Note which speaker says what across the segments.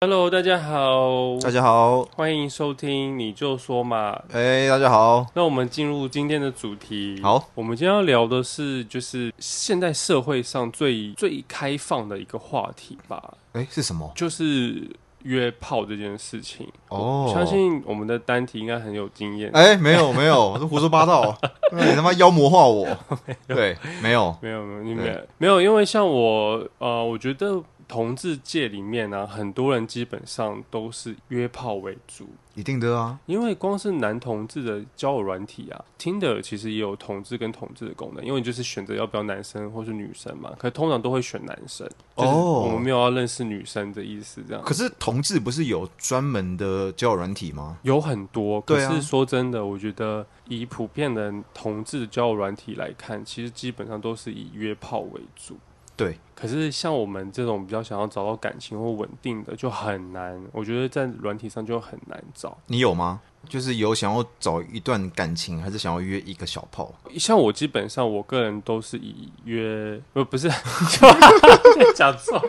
Speaker 1: Hello，大家好，
Speaker 2: 大家好，
Speaker 1: 欢迎收听，你就说嘛。
Speaker 2: 哎、大家好，
Speaker 1: 那我们进入今天的主题。
Speaker 2: 好，
Speaker 1: 我们今天要聊的是，就是现在社会上最最开放的一个话题吧，
Speaker 2: 哎、是什么？
Speaker 1: 就是约炮这件事情。
Speaker 2: 哦，
Speaker 1: 相信我们的丹提应该很有经验。
Speaker 2: 哎、没有没有， 我是胡说八道，你他妈妖魔 化我，对，没有，
Speaker 1: 没有没有，你没有没有，因为像我呃，我觉得同志界里面呢、很多人基本上都是约炮为主。
Speaker 2: 一定的啊，
Speaker 1: 因为光是男同志的交友软体啊，Tinder 其实也有同志跟同志的功能，因为你就是选择要不要男生或是女生嘛，可通常都会选男生。就是
Speaker 2: 哦
Speaker 1: 我们没有要认识女生的意思，这样
Speaker 2: 可是同志不是有专门的交友软体吗？
Speaker 1: 有很多。可
Speaker 2: 对啊
Speaker 1: 是说真的，我觉得以普遍的同志的交友软体来看，其实基本上都是以约炮为主。
Speaker 2: 对，
Speaker 1: 可是像我们这种比较想要找到感情或稳定的就很难，我觉得在软体上就很难找。
Speaker 2: 你有吗？就是有想要找一段感情，还是想要约一个小 炮？
Speaker 1: 像我基本上我个人都是以约不不是 讲错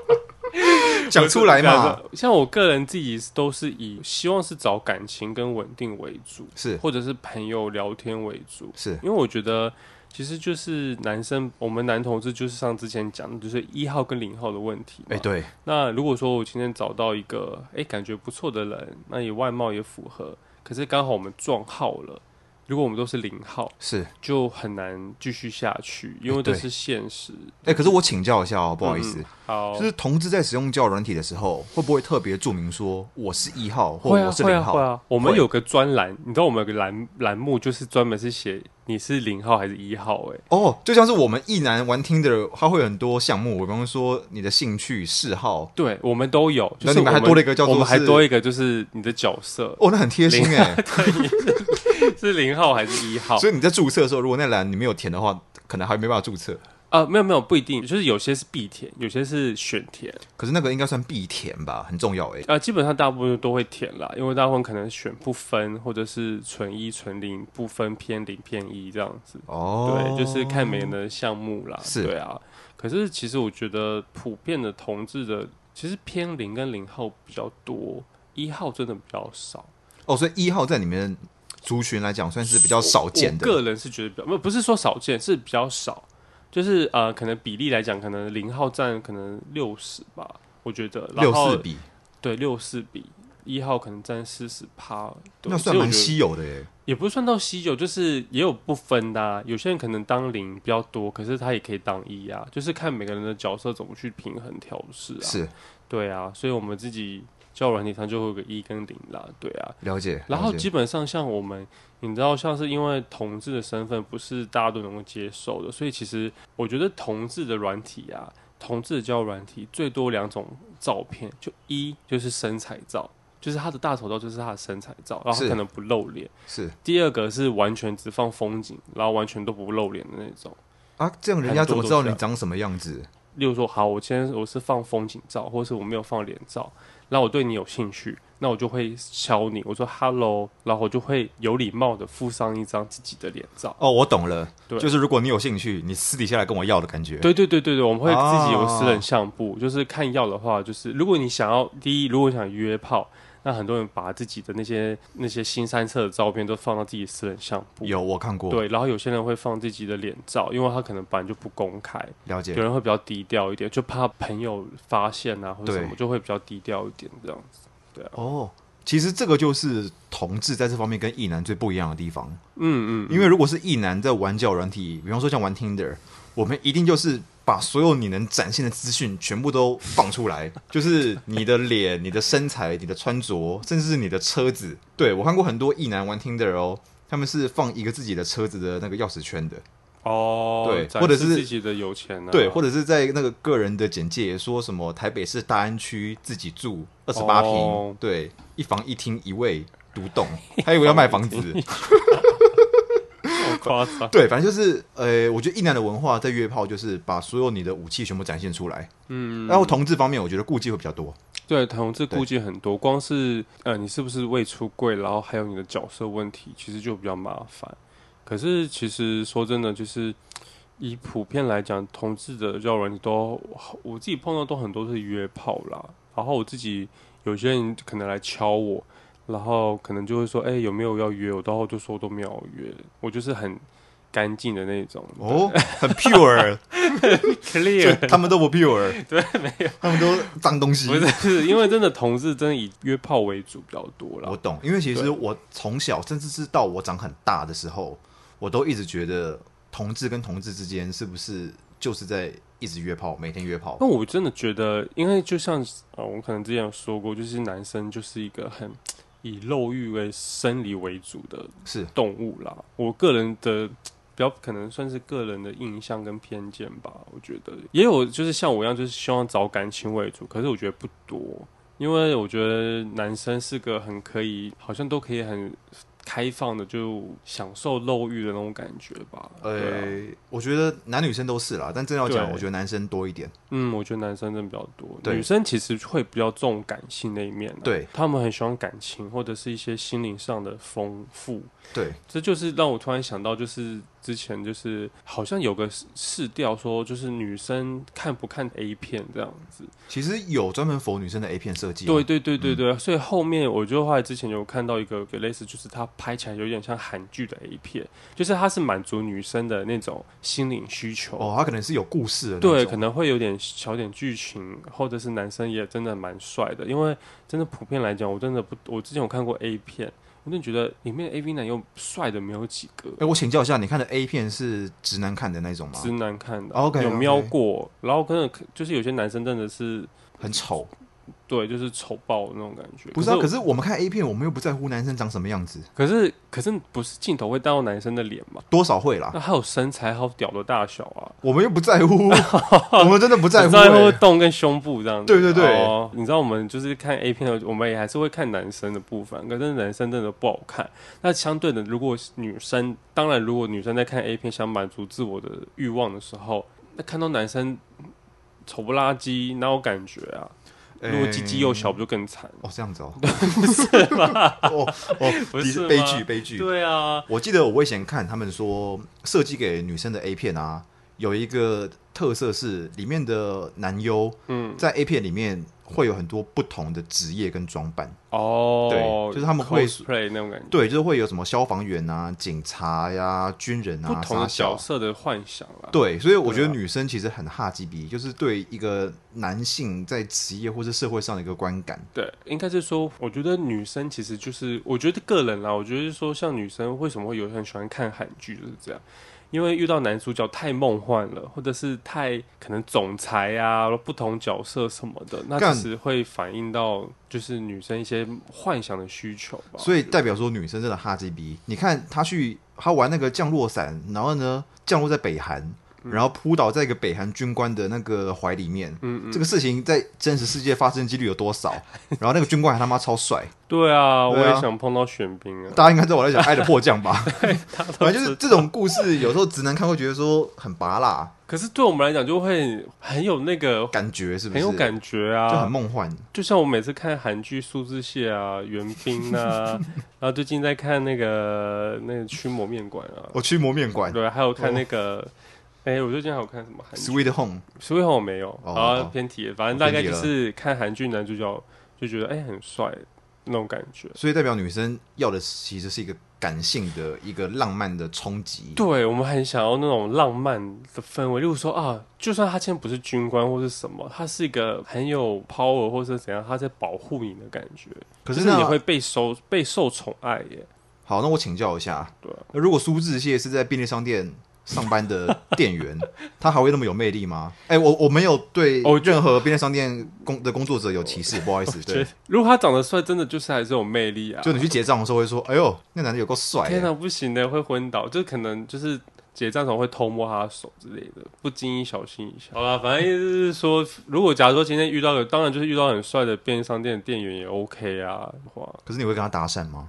Speaker 2: 讲出来嘛，。
Speaker 1: 像我个人自己都是以希望是找感情跟稳定为主，
Speaker 2: 是
Speaker 1: 或者是朋友聊天为主，
Speaker 2: 是，
Speaker 1: 因为我觉得。其实就是男生，我们男同志就是像之前讲的，就是一号跟零号的问题。
Speaker 2: 哎、，对，
Speaker 1: 那如果说我今天找到一个哎感觉不错的人，那也外貌也符合，可是刚好我们撞号了，如果我们都是零号，
Speaker 2: 是，
Speaker 1: 就很难继续下去，因为
Speaker 2: 哎
Speaker 1: 这
Speaker 2: 对
Speaker 1: 是现实。
Speaker 2: 哎、可是我请教一下哦，不好意思。
Speaker 1: 嗯好，
Speaker 2: 就是同志在使用交友软体的时候，会不会特别注明说我是一号或
Speaker 1: 会啊
Speaker 2: 我是
Speaker 1: 会啊
Speaker 2: 零号？
Speaker 1: 会啊，我们
Speaker 2: 会
Speaker 1: 有个专栏，你知道我们有个栏栏目就是专门是写你是零号还是一号、欸？
Speaker 2: 哦，就像是我们一男玩听的，它会有很多项目，比方说你的兴趣嗜好，
Speaker 1: 对，我们都有。就
Speaker 2: 那
Speaker 1: 是
Speaker 2: 你们还
Speaker 1: 我
Speaker 2: 多了一个叫做
Speaker 1: 我们还
Speaker 2: 是
Speaker 1: 多一个就是你的角色
Speaker 2: 哦，那很贴心
Speaker 1: 啊
Speaker 2: 哎。
Speaker 1: 是零号还是一号？
Speaker 2: 所以你在注册的时候，如果那栏你没有填的话，可能还没办法注册。
Speaker 1: 啊，没有没有，不一定，就是有些是必填，有些是选填。
Speaker 2: 可是那个应该算必填吧，很重要哎。
Speaker 1: 啊，基本上大部分都会填啦，因为大部分可能选不分，或者是纯一、纯零，不分偏零偏一这样子。
Speaker 2: 哦，
Speaker 1: 对，就是看每个人的项目啦。
Speaker 2: 是
Speaker 1: 对啊。可是其实我觉得普遍的同志的，其实偏零跟零号比较多，一号真的比较少，
Speaker 2: 哦，所以一号在你们族群来讲算是比较少见
Speaker 1: 我
Speaker 2: 的。
Speaker 1: 个人是觉得比较，不不是说少见，是比较少，就是呃，可能比例来讲，可能零号占可能六十吧，我觉得。然
Speaker 2: 六
Speaker 1: 后
Speaker 2: 四比，
Speaker 1: 对六四比。一号可能占四十趴，对
Speaker 2: 那算
Speaker 1: 所以我
Speaker 2: 蛮
Speaker 1: 觉得
Speaker 2: 稀有的耶。
Speaker 1: 也不是算到稀有，就是也有不分的、啊。有些人可能当零比较多，可是他也可以当一啊，就是看每个人的角色怎么去平衡调试啊。，
Speaker 2: 是
Speaker 1: 对啊，所以我们自己交友软体上就会有个一跟零啦，对啊。
Speaker 2: 了解。
Speaker 1: 然后
Speaker 2: 了解
Speaker 1: 基本上像我们，你知道，像是因为同志的身份不是大家都能够接受的，所以其实我觉得同志的软体啊，同志的交友软体最多两种照片，就一就是身材照，就是他的大头照就是他的身材照，然后他
Speaker 2: 是
Speaker 1: 可能不露脸。
Speaker 2: 是
Speaker 1: 第二个是完全只放风景，然后完全都不露脸的那种。
Speaker 2: 啊，这样人家怎么知道
Speaker 1: 很多都是这啊样
Speaker 2: 你长什么样子？
Speaker 1: 例如说，好，我今天我是放风景照，或是我没有放脸照，然后我对你有兴趣，那我就会敲你，我说 hello，然后我就会有礼貌的附上一张自己的脸照。
Speaker 2: 哦，我懂了，
Speaker 1: 对
Speaker 2: 就是如果你有兴趣，你私底下来跟我要的感觉。
Speaker 1: 对对对对对，我们会自己有
Speaker 2: 哦
Speaker 1: 私人相簿，就是看要的话，就是如果你想要第一，如果想约炮，那很多人把自己的那些那些新三色的照片都放到自己私人相簿。
Speaker 2: 有我看过，
Speaker 1: 对，然后有些人会放自己的脸照，因为他可能本来就不公开，
Speaker 2: 了解
Speaker 1: 有。人会比较低调一点，就怕朋友发现啊，或者什么，
Speaker 2: 对
Speaker 1: 就会比较低调一点这样子。
Speaker 2: 哦，其实这个就是同志在这方面跟异男最不一样的地方，
Speaker 1: 嗯嗯，
Speaker 2: 因为如果是异男在玩交友软体，比方说像玩 Tinder，我们一定就是。把所有你能展现的资讯全部都放出来， 就是你的脸、你的身材、你的穿着，甚至是你的车子。对我看过很多异男玩 Tinder 哦，他们是放一个自己的车子的那个钥匙圈的，
Speaker 1: 哦，
Speaker 2: 对
Speaker 1: 展
Speaker 2: 或者
Speaker 1: 示
Speaker 2: 是
Speaker 1: 自己的有钱啊，
Speaker 2: 对，或者是在那个个人的简介也说什么台北市大安区自己住二十八
Speaker 1: 哦
Speaker 2: 平，对，一房一厅一卫独栋，还以为要卖房子。
Speaker 1: 好夸张，
Speaker 2: 对，反正就是，呃，我觉得一男的文化在约炮就是把所有你的武器全部展现出来。
Speaker 1: 嗯，
Speaker 2: 然后同志方面，我觉得顾忌会比较多。
Speaker 1: 对，同志顾忌很多，光是呃，你是不是未出柜，然后还有你的角色问题，其实就比较麻烦。可是其实说真的，就是以普遍来讲，同志的交友软体都，我自己碰到都很多是约炮啦。然后我自己有些人可能来敲我，然后可能就会说，哎、有没有要约？我到后就说都没有要约，我就是很干净的那种
Speaker 2: 哦， 很 pure，
Speaker 1: ，clear
Speaker 2: 就他们都不 pure，对，没有，他们都脏东 西
Speaker 1: 不。是，因为真的同志真的以约炮为主比较多
Speaker 2: 我
Speaker 1: 啦。
Speaker 2: 懂，因为其实
Speaker 1: 对
Speaker 2: 我从小，甚至是到我长很大的时候，我都一直觉得同志跟同志之间是不是就是在一直约炮，每天约炮
Speaker 1: 那？我真的觉得，因为就像呃，我可能之前有说过，就是男生就是一个很以肉欲为生理为主的
Speaker 2: 是
Speaker 1: 动物啦。我个人的比较可能算是个人的印象跟偏见吧，我觉得也有就是像我一样，就是希望找感情为主，可是我觉得不多，因为我觉得男生是个很可以，好像都可以很开放的就享受肉欲的那种感觉吧。对啊、
Speaker 2: 呃，我觉得男女生都是啦，但真要讲，
Speaker 1: 对
Speaker 2: 我觉得男生多一点。
Speaker 1: 嗯，我觉得男生真的比较多，
Speaker 2: 对
Speaker 1: 女生其实会比较重感性那一面、啊，
Speaker 2: 对，
Speaker 1: 他们很喜欢感情或者是一些心灵上的丰富。
Speaker 2: 对，
Speaker 1: 这就是让我突然想到，就是之前就是好像有个试试调说，就是女生看不看 A 片这样子。
Speaker 2: 其实有专门否女生的 A 片设计啊、
Speaker 1: 对对对对对，所以后面我就后来之前有看到一个有类似，就是它拍起来有点像韩剧的 A 片，就是它是满足女生的那种心灵需求。
Speaker 2: 哦，他可能是有故事的那种，
Speaker 1: 对，可能会有点小点剧情，或者是男生也真的蛮帅的，因为真的普遍来讲，我真的不，我之前有看过 A 片，我真的觉得里面 A V 男优帅的没有几个。
Speaker 2: 哎、我请教一下，你看的 A 片是直男看的那种吗？
Speaker 1: 直男看的
Speaker 2: OK，OK
Speaker 1: 有瞄过，然后可能就是有些男生真的是
Speaker 2: 很丑，
Speaker 1: 对，就是丑爆的那种感觉。
Speaker 2: 不是啊？可
Speaker 1: 是
Speaker 2: 是我们看 A 片，我们又不在乎男生长什么样子，
Speaker 1: 可是可是不是镜头会带到男生的脸嘛？
Speaker 2: 多少会啦，
Speaker 1: 那还有身材，还有屌的大小啊，
Speaker 2: 我们又不在乎，我们真的不在
Speaker 1: 只
Speaker 2: 乎、
Speaker 1: 在乎
Speaker 2: 欸。
Speaker 1: 动跟胸部这样子。
Speaker 2: 对对对
Speaker 1: 哦，你知道我们就是看 A 片的，我们也还是会看男生的部分，可是男生真的不好看。那相对的，如果女生，当然如果女生在看 A 片想满足自我的欲望的时候，那看到男生丑不拉几，哪有感觉啊？
Speaker 2: 哎
Speaker 1: 如果鸡鸡又小，不就更惨？
Speaker 2: 哦，这 样子哦，
Speaker 1: 不
Speaker 2: 哦哦，
Speaker 1: 是
Speaker 2: 的
Speaker 1: 吗
Speaker 2: 悲剧悲剧。
Speaker 1: 对啊，
Speaker 2: 我记得我以前看他们说，设计给女生的 A 片啊，有一个特色是里面的男优
Speaker 1: 嗯，
Speaker 2: 在 A 片里面会有很多不同的职业跟装扮，
Speaker 1: 哦，
Speaker 2: 对就是他们会
Speaker 1: play 那种感觉，
Speaker 2: 对，就是会有什么消防员啊、警察呀、军人
Speaker 1: 不
Speaker 2: 啊、
Speaker 1: 同
Speaker 2: 傻
Speaker 1: 的
Speaker 2: 小
Speaker 1: 角色的幻想啦。
Speaker 2: 对，所以我觉得
Speaker 1: 对啊
Speaker 2: 女生其实很哈基比，就是对一个男性在职业或是社会上的一个观感。
Speaker 1: 对，应该是说，我觉得女生其实就是，我觉得个人啦，我觉得是说，像女生为什么会有很喜欢看韩剧，就是这样，因为遇到男主角太梦幻了，或者是太可能总裁啊，不同角色什么的，那
Speaker 2: 干
Speaker 1: 其实会反映到就是女生一些幻想的需求吧。
Speaker 2: 所
Speaker 1: 以
Speaker 2: 以代表说女生真的哈基比。你看她去，她玩那个降落伞，然后呢降落在北韩，然后扑倒在一个北韩军官的那个怀里面。嗯嗯，这个事情在真实世界发生几率有多少？然后那个军官还他妈超帅，
Speaker 1: 对啊，我
Speaker 2: 对啊
Speaker 1: 也想碰到玄彬啊。
Speaker 2: 大家应该知道我在讲《爱的迫降》 吧？反正就是这种故事，有时候直男看会觉得说很拔辣，
Speaker 1: 可是对我们来讲，就会很有那个
Speaker 2: 感觉是不
Speaker 1: 很
Speaker 2: 是？
Speaker 1: 有感觉啊，
Speaker 2: 就很梦幻。
Speaker 1: 就像我每次看韩剧《数字蟹》啊，《援兵》 啊，然后最近在看那个那个《驱魔面馆》啊，
Speaker 2: 我去磨面馆
Speaker 1: 对，还有看那
Speaker 2: 哦
Speaker 1: 个，哎、我最近还有看什么韩剧？
Speaker 2: ，Sweet Home。
Speaker 1: 所以我没有，
Speaker 2: 哦
Speaker 1: 啊，
Speaker 2: 哦
Speaker 1: 偏题，反正
Speaker 2: 哦
Speaker 1: 大
Speaker 2: 偏
Speaker 1: 概
Speaker 2: 题
Speaker 1: 就
Speaker 2: 了
Speaker 1: 是看韩剧男主角就觉得哎、很帅那种感觉。
Speaker 2: 所以代表女生要的其实是一个感性的、一个浪漫的冲击。
Speaker 1: 对我们很想要那种浪漫的氛围，例如说啊，就算他今天不是军官或是什么，他是一个很有 power 或是怎样，他在保护你的感觉，
Speaker 2: 可
Speaker 1: 就是是
Speaker 2: 那
Speaker 1: 你会被收被受宠爱耶。
Speaker 2: 好，那我请教一下，
Speaker 1: 对啊
Speaker 2: 那如果苏志燮是在便利商店上班的 店员，他还会那么有魅力吗？哎、我我没有对
Speaker 1: 哦我哦
Speaker 2: 任何便利商店工的工作者有歧视，不好意思，
Speaker 1: 觉
Speaker 2: 对
Speaker 1: 得，如果他长得帅，真的就是还是有魅力啊。
Speaker 2: 就你去结账的时候会说，哎呦，那男的有够帅欸
Speaker 1: 天
Speaker 2: 耶，
Speaker 1: 哪，不行的，会昏倒，就可能就是结账时候会偷摸他的手之类的，不经意小心一下。好啦，反正意思是说，如果假如说今天遇到的，当然就是遇到很帅的便利商店的店员也 OK 啊的话，
Speaker 2: 可是你会跟他搭讪吗？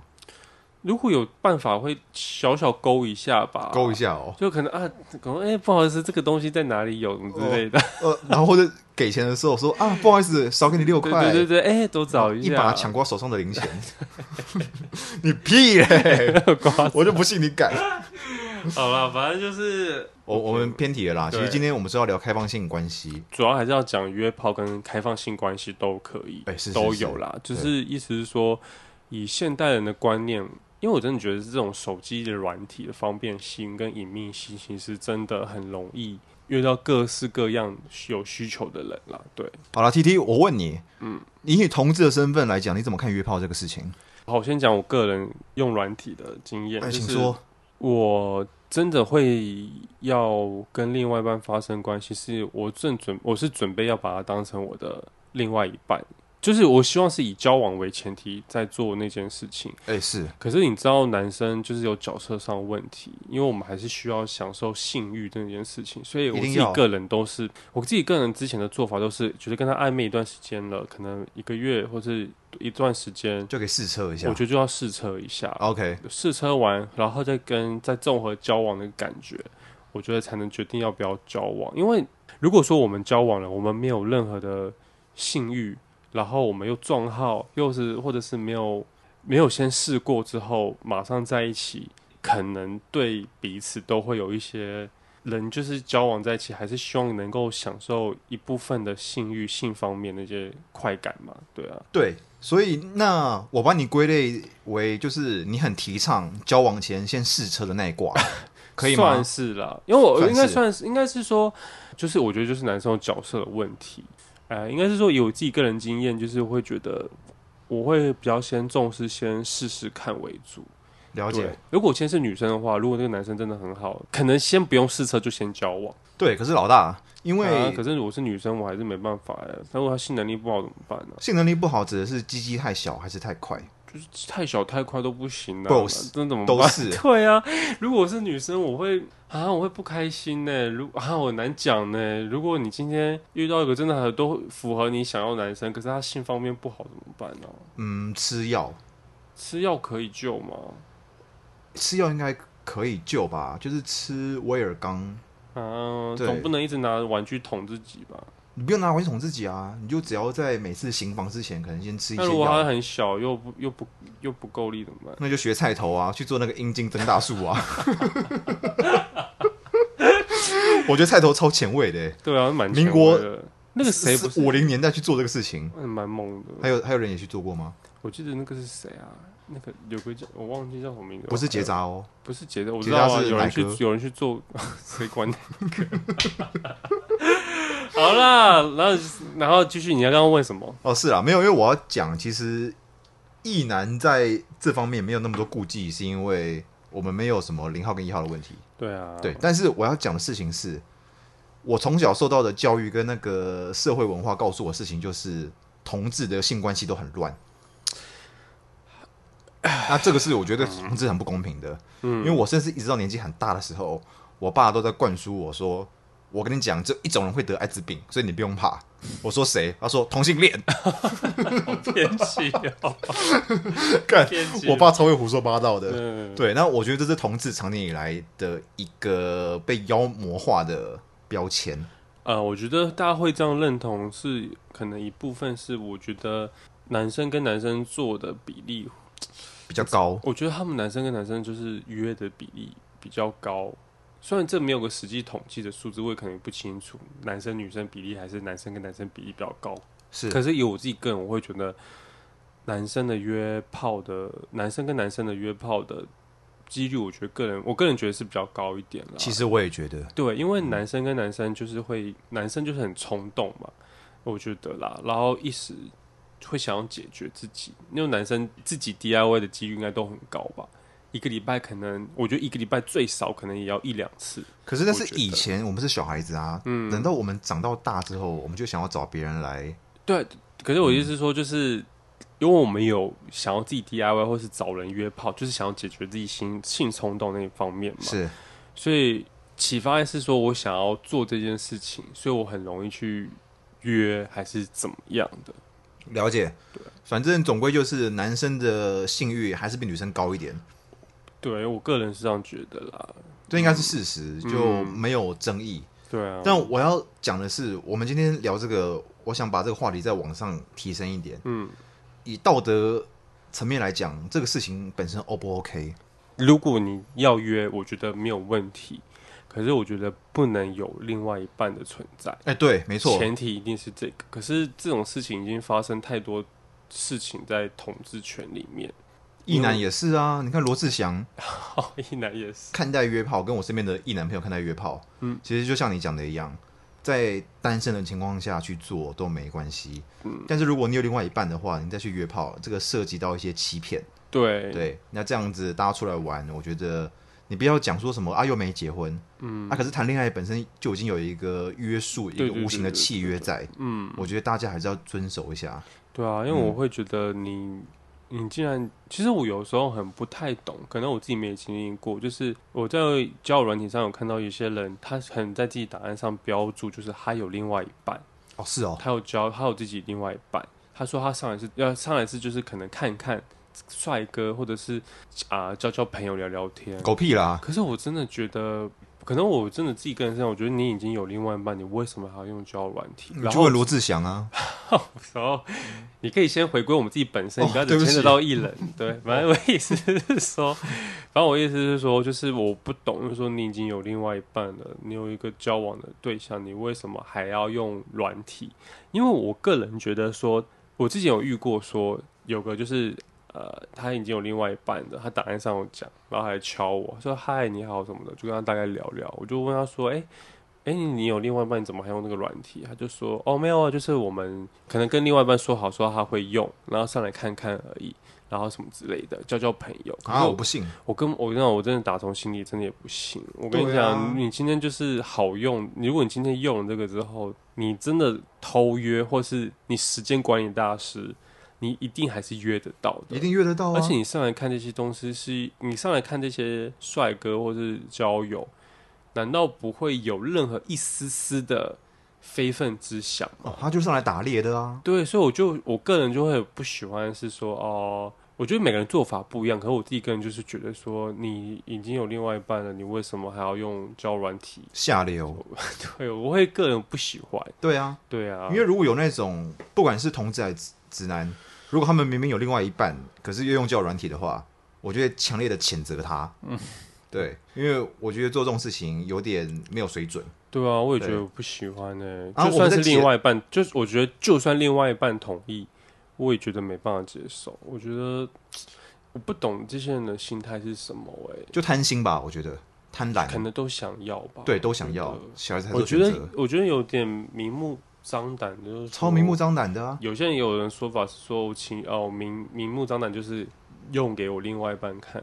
Speaker 1: 如果有办法会小小勾一下吧，
Speaker 2: 勾一
Speaker 1: 下。
Speaker 2: 下哦，
Speaker 1: 就可能啊，可能哎、不好意思，这个东西在哪里有什么之类的，
Speaker 2: 呃，然后或者给钱的时候说啊，不好意思，少给你六
Speaker 1: 对
Speaker 2: 块，
Speaker 1: 对对对，哎、多找一
Speaker 2: 一
Speaker 1: 下，
Speaker 2: 把抢光手上的零钱，你屁嘞！
Speaker 1: 瓜
Speaker 2: 我就不信你敢。
Speaker 1: 好了，反正就是
Speaker 2: 我我们偏题了啦。其
Speaker 1: 对
Speaker 2: 实今天我们是要聊开放性关系，
Speaker 1: 主要还是要讲约炮跟开放性关系都可以，
Speaker 2: 哎是是
Speaker 1: 都
Speaker 2: 是
Speaker 1: 有啦。就是意思是说，以现代人的观念，因为我真的觉得这种手机的软体的方便性跟隐秘性，其实真的很容易约到各式各样有需求的人啦。对，
Speaker 2: 好了，T T，我问你，嗯，以你同志的身份来讲，你怎么看约炮这个事情？
Speaker 1: 好，我先讲我个人用软体的经验，
Speaker 2: 哎，
Speaker 1: 就
Speaker 2: 请
Speaker 1: 是
Speaker 2: 说。
Speaker 1: 我真的会要跟另外一半发生关系，是我正准我是准备要把它当成我的另外一半，就是我希望是以交往为前提在做那件事情。
Speaker 2: 哎，是
Speaker 1: 可是你知道，男生就是有角色上的问题，因为我们还是需要享受性欲这件事情，所以我
Speaker 2: 一
Speaker 1: 自
Speaker 2: 定
Speaker 1: 己
Speaker 2: 要
Speaker 1: 个人都是，我自己个人之前的做法都是，觉得跟他暧昧一段时间了，可能一个月或是一段时间，
Speaker 2: 就给试车一下
Speaker 1: 我。觉得就要试车一下。
Speaker 2: OK，
Speaker 1: 试车完，然后再跟再综合交往的感觉，我觉得才能决定要不要交往。因为如果说我们交往了，我们没有任何的性欲，然后我们又撞号，又是或者是没有没有先试过之后马上在一起，可能对彼此都会有一些。人就是交往在一起，还是希望能够享受一部分的性欲、性方面那些快感嘛？对啊，
Speaker 2: 对，所以那我把你归类为就是你很提倡交往前先试车的那 一挂，可以吗
Speaker 1: 算？是啦，因为我
Speaker 2: 算是
Speaker 1: 应该算是，应该是说，就是我觉得就是男生有角色的问题，呃，应该是说以我自己个人经验，就是会觉得我会比较先重视先试试看为主。
Speaker 2: 了
Speaker 1: 对
Speaker 2: 解。，
Speaker 1: 如果先是女生的话，如果那个男生真的很好，可能先不用试车就先交往。
Speaker 2: 对，可是老大，因
Speaker 1: 啊
Speaker 2: 为
Speaker 1: 可是我是女生，我还是没办法哎、但如果他性能力不好怎么办呢、
Speaker 2: 性能力不好，指的是鸡鸡太小还是太快？
Speaker 1: 太小太快都不行啊，
Speaker 2: Both
Speaker 1: 那怎么办
Speaker 2: 都是
Speaker 1: 对啊，如果是女生，我会啊，我会不开心呢、如啊，我很难讲呢、如果你今天遇到一个真的很都符合你想要的男生，可是他性方面不好怎么办呢、
Speaker 2: 嗯，吃药，
Speaker 1: 吃药可以救吗？
Speaker 2: 吃药应该可以救吧？就是吃威尔刚，
Speaker 1: 啊，
Speaker 2: 对
Speaker 1: 总不能一直拿玩具捅自己吧？
Speaker 2: 你不用拿回去捅自己啊，你就只要在每次行房之前，可能先吃一
Speaker 1: 那
Speaker 2: 些
Speaker 1: 如果他
Speaker 2: 药，
Speaker 1: 很小，又不又不又不够力怎么办？
Speaker 2: 那就学菜头啊，去做那个阴茎增大术 啊。我觉得菜头超前卫的欸、
Speaker 1: 对啊，蛮
Speaker 2: 民
Speaker 1: 前
Speaker 2: 国
Speaker 1: 卫的那个谁不是
Speaker 2: 五零年代去做这个事情？
Speaker 1: 嗯蛮猛的？
Speaker 2: 还有还有人也去做过吗？
Speaker 1: 我记得那个是谁啊？那个有个叫我忘记叫什么名字，
Speaker 2: 不是结扎哦，
Speaker 1: 不是结扎，我
Speaker 2: 结
Speaker 1: 知道
Speaker 2: 扎
Speaker 1: 啊，
Speaker 2: 是
Speaker 1: 有人
Speaker 2: 奶
Speaker 1: 去
Speaker 2: 哥
Speaker 1: 有人去做， 谁管那个？好啦，然后然后继续，你要刚刚问什么？
Speaker 2: 哦是啊，没有，因为我要讲，其实异男在这方面没有那么多顾忌，是因为我们没有什么零号跟一号的问题。
Speaker 1: 对啊，
Speaker 2: 对，，但是我要讲的事情是，我从小受到的教育跟那个社会文化告诉我的事情，就是同志的性关系都很乱。那这个是我觉得同志很不公平的，因为我甚至一直到年纪很大的时候，我爸都在灌输我说：“我跟你讲，只有一种人会得艾滋病，所以你不用怕。”我说谁？他说同性恋。
Speaker 1: 好 偏激哦，
Speaker 2: 干
Speaker 1: 偏激，
Speaker 2: 我爸超会胡说八道的。
Speaker 1: 嗯，
Speaker 2: 对，那我觉得这是同志长年以来的一个被妖魔化的标签。
Speaker 1: 呃，我觉得大家会这样认同是可能一部分是我觉得男生跟男生做的比例，
Speaker 2: 比较高。
Speaker 1: 我觉得他们男生跟男生就是约的比例比较高。虽然这没有个实际统计的数字，我也可能不清楚，男生女生比例还是男生跟男生比例比较高，
Speaker 2: 是
Speaker 1: 可是以我自己个人，我会觉得男生的约炮的，男生跟男生的约炮的几率，我觉得个人，我个人觉得是比较高一点啦。
Speaker 2: 其实我也觉得，
Speaker 1: 对，因为男生跟男生就是会，男生就是很冲动嘛，我觉得啦，然后一时会想要解决自己，因为男生自己 DIY 的几率应该都很高吧。一个礼拜可能，我觉得一个礼拜最少可能也要一两次。
Speaker 2: 可是那
Speaker 1: 我
Speaker 2: 是
Speaker 1: 觉得
Speaker 2: 以前我们是小孩子啊。嗯，等到我们长到大之后，我们就想要找别人来。
Speaker 1: 对，可是我意思是说，就是、因为我们有想要自己 DIY 或是找人约炮，就是想要解决自己心性冲动那一方面嘛。
Speaker 2: 是
Speaker 1: 所以启发是说我想要做这件事情，所以我很容易去约还是怎么样的。
Speaker 2: 了解，反正总归就是男生的性欲还是比女生高一点，
Speaker 1: 对我个人是这样觉得啦。
Speaker 2: 这应该是事实，
Speaker 1: 嗯
Speaker 2: 就没有争议。
Speaker 1: 对啊，
Speaker 2: 但我要讲的是，我们今天聊这个，我想把这个话题再往上提升一点。
Speaker 1: 嗯，
Speaker 2: 以道德层面来讲，这个事情本身 O 不 OK？
Speaker 1: 如果你要约，我觉得没有问题。可是我觉得不能有另外一半的存在，
Speaker 2: 哎、对，没错，
Speaker 1: 前提一定是这个。可是这种事情已经发生太多事情在统治权里面，
Speaker 2: 一男也是啊。你看罗志祥
Speaker 1: 好一男也是，
Speaker 2: 看待约炮，跟我身边的一男朋友看待约炮，
Speaker 1: 嗯，
Speaker 2: 其实就像你讲的一样，在单身的情况下去做都没关系，
Speaker 1: 嗯，
Speaker 2: 但是如果你有另外一半的话，你再去约炮，这个涉及到一些欺骗，
Speaker 1: 对，
Speaker 2: 对，那这样子大家出来玩，我觉得你不要讲说什么啊又没结婚，嗯，啊可是谈恋爱本身就已经有一个约束，一
Speaker 1: 对
Speaker 2: 个
Speaker 1: 对
Speaker 2: 无形的契约在，
Speaker 1: 嗯，
Speaker 2: 我觉得大家还是要遵守一下，
Speaker 1: 对啊，因为
Speaker 2: 嗯
Speaker 1: 我会觉得你，你竟然，其实我有时候很不太懂，可能我自己没有经历过，就是我在交友软体上有看到有些人，他可能在自己档案上标注，就是他有另外一半，
Speaker 2: 哦是哦，
Speaker 1: 他有交，他有自己另外一半。他说他上一次要上一次就是可能看看帅哥，或者是啊、交交朋友聊聊天。
Speaker 2: 狗屁啦，
Speaker 1: 可是我真的觉得，可能我真的自己个人身上，我觉得你已经有另外一半，你为什么还要用交友软体？
Speaker 2: 你
Speaker 1: 然
Speaker 2: 就
Speaker 1: 后
Speaker 2: 问罗志祥啊，
Speaker 1: 然后你可以先回归我们自己本身，
Speaker 2: 哦
Speaker 1: 你不要只
Speaker 2: 对不
Speaker 1: 牵扯
Speaker 2: 起
Speaker 1: 到艺人。对，反正我意思是说，反正我意思是说，就是我不懂，就是说你已经有另外一半了，你有一个交往的对象，你为什么还要用软体？因为我个人觉得说，我之前有遇过说有个就是。呃，他已经有另外一半的，他档案上有讲，然后还敲我说嗨你好什么的，就跟他大概聊聊，我就问他说，哎、哎、你你有另外一半，你怎么还用那个软体？他就说，哦，没有啊，就是我们可能跟另外一半说好，说他会用，然后上来看看而已，然后什么之类的，交交朋友。可是
Speaker 2: 啊
Speaker 1: 我
Speaker 2: 我不信，
Speaker 1: 我跟我跟你讲，我真的打从心里真的也不信。我跟你
Speaker 2: 对
Speaker 1: 讲，
Speaker 2: 啊
Speaker 1: 你今天就是好用，如果你今天用了这个之后，你真的偷约，或是你时间管理大师，你一定还是约得到的。
Speaker 2: 一定约得到啊，
Speaker 1: 而且你上来看这些东西是，你上来看这些帅哥或是交友，难道不会有任何一丝丝的非分之想吗？
Speaker 2: 哦他就上来打猎的啊，
Speaker 1: 对，所以我就我个人就会不喜欢是说哦。我觉得每个人做法不一样，可是我自己个人就是觉得说，你已经有另外一半了，你为什么还要用交友软体？
Speaker 2: 下流，
Speaker 1: 对，我会个人不喜欢。
Speaker 2: 对啊，
Speaker 1: 对啊，
Speaker 2: 因为如果有那种不管是同志还是直直男，如果他们明明有另外一半，可是又用交友软体的话，我就会强烈的谴责他。嗯，对，因为我觉得做这种事情有点没有水准。
Speaker 1: 对啊，我也觉
Speaker 2: 对
Speaker 1: 得我不喜欢呢、
Speaker 2: 啊
Speaker 1: 就算
Speaker 2: 我们在
Speaker 1: 是
Speaker 2: 节
Speaker 1: 另外一半，就是我觉得就算另外一半同意，我也觉得没办法接受。我觉得我不懂这些人的心态是什么哎、
Speaker 2: 就贪心吧，我觉得贪
Speaker 1: 可
Speaker 2: 婪，
Speaker 1: 能都想要吧。
Speaker 2: 对，都想要。小孩子才
Speaker 1: 我
Speaker 2: 做
Speaker 1: 觉
Speaker 2: 选
Speaker 1: 得
Speaker 2: 择，，
Speaker 1: 我觉得有点明目张胆，就是
Speaker 2: 超明目
Speaker 1: 张。
Speaker 2: 张胆的啊。
Speaker 1: 有些人有人说法是说，我请哦明明目张胆就是用给我另外一半看，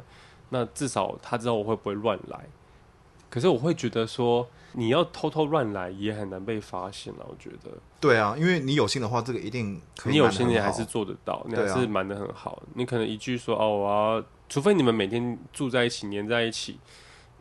Speaker 1: 那至少他知道我会不会乱来。可是我会觉得说，你要偷偷乱来也很难被发现啊，我觉得。
Speaker 2: 对啊，因为你有心的话，这个一定可以
Speaker 1: 你有
Speaker 2: 瞒得
Speaker 1: 些你
Speaker 2: 很
Speaker 1: 还
Speaker 2: 好
Speaker 1: 是做得到，你还
Speaker 2: 对啊
Speaker 1: 是瞒得很好。你可能一句说哦，我要，除非你们每天住在一起、黏在一起，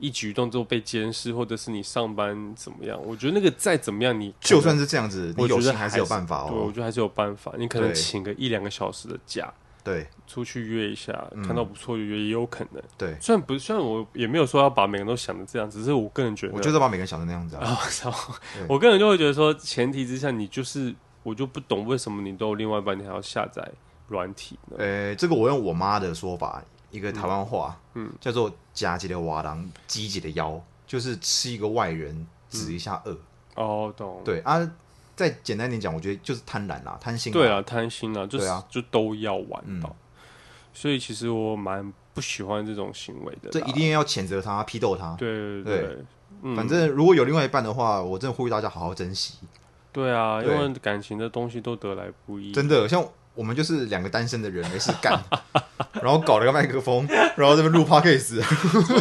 Speaker 1: 一举一动都被监视，或者是你上班怎么样？我觉得那个再怎么样，你可能
Speaker 2: 就算是这样子，你
Speaker 1: 我觉
Speaker 2: 有
Speaker 1: 得
Speaker 2: 心还
Speaker 1: 还
Speaker 2: 是有
Speaker 1: 是
Speaker 2: 办法
Speaker 1: 对，我
Speaker 2: 哦。
Speaker 1: 觉得还是有办法。你可能
Speaker 2: 对
Speaker 1: 请个一两个小时的假，
Speaker 2: 对
Speaker 1: 出去约一下，
Speaker 2: 嗯
Speaker 1: 看到不错就约，也有可能。
Speaker 2: 对，
Speaker 1: 虽然不，虽然我也没有说要把每个人都想的这样，只是我个人觉得，
Speaker 2: 我觉得把每个人想成那样子
Speaker 1: 然
Speaker 2: 啊。
Speaker 1: 后，然后
Speaker 2: 对
Speaker 1: 我个人就会觉得说，前提之下，你就是我就不懂为什么你都有另外一半，你还要下载软体呢？
Speaker 2: 呃，这个我用我妈的说法，一个台湾话，
Speaker 1: 嗯
Speaker 2: 叫做“夹姐的瓦郎，鸡姐的腰”，就是吃一个外人止一下饿。
Speaker 1: 哦，懂。
Speaker 2: 对啊，再简单点讲，我觉得就是贪婪啦，贪心。
Speaker 1: 对，啊，贪心啊，就是、
Speaker 2: 对啊嗯
Speaker 1: 就都要玩到。所以其实我蛮不喜欢这种行为的啦。
Speaker 2: 这一定要谴责他，批斗他。
Speaker 1: 啊对对
Speaker 2: 对
Speaker 1: 对嗯，
Speaker 2: 反正如果有另外一半的话，我真的呼吁大家好好珍惜。
Speaker 1: 对啊，因
Speaker 2: 对
Speaker 1: 为感情的东西都得来不易。
Speaker 2: 真的，像我们就是两个单身的人，没事干， 然后搞了个麦克风，然后这边录 podcast，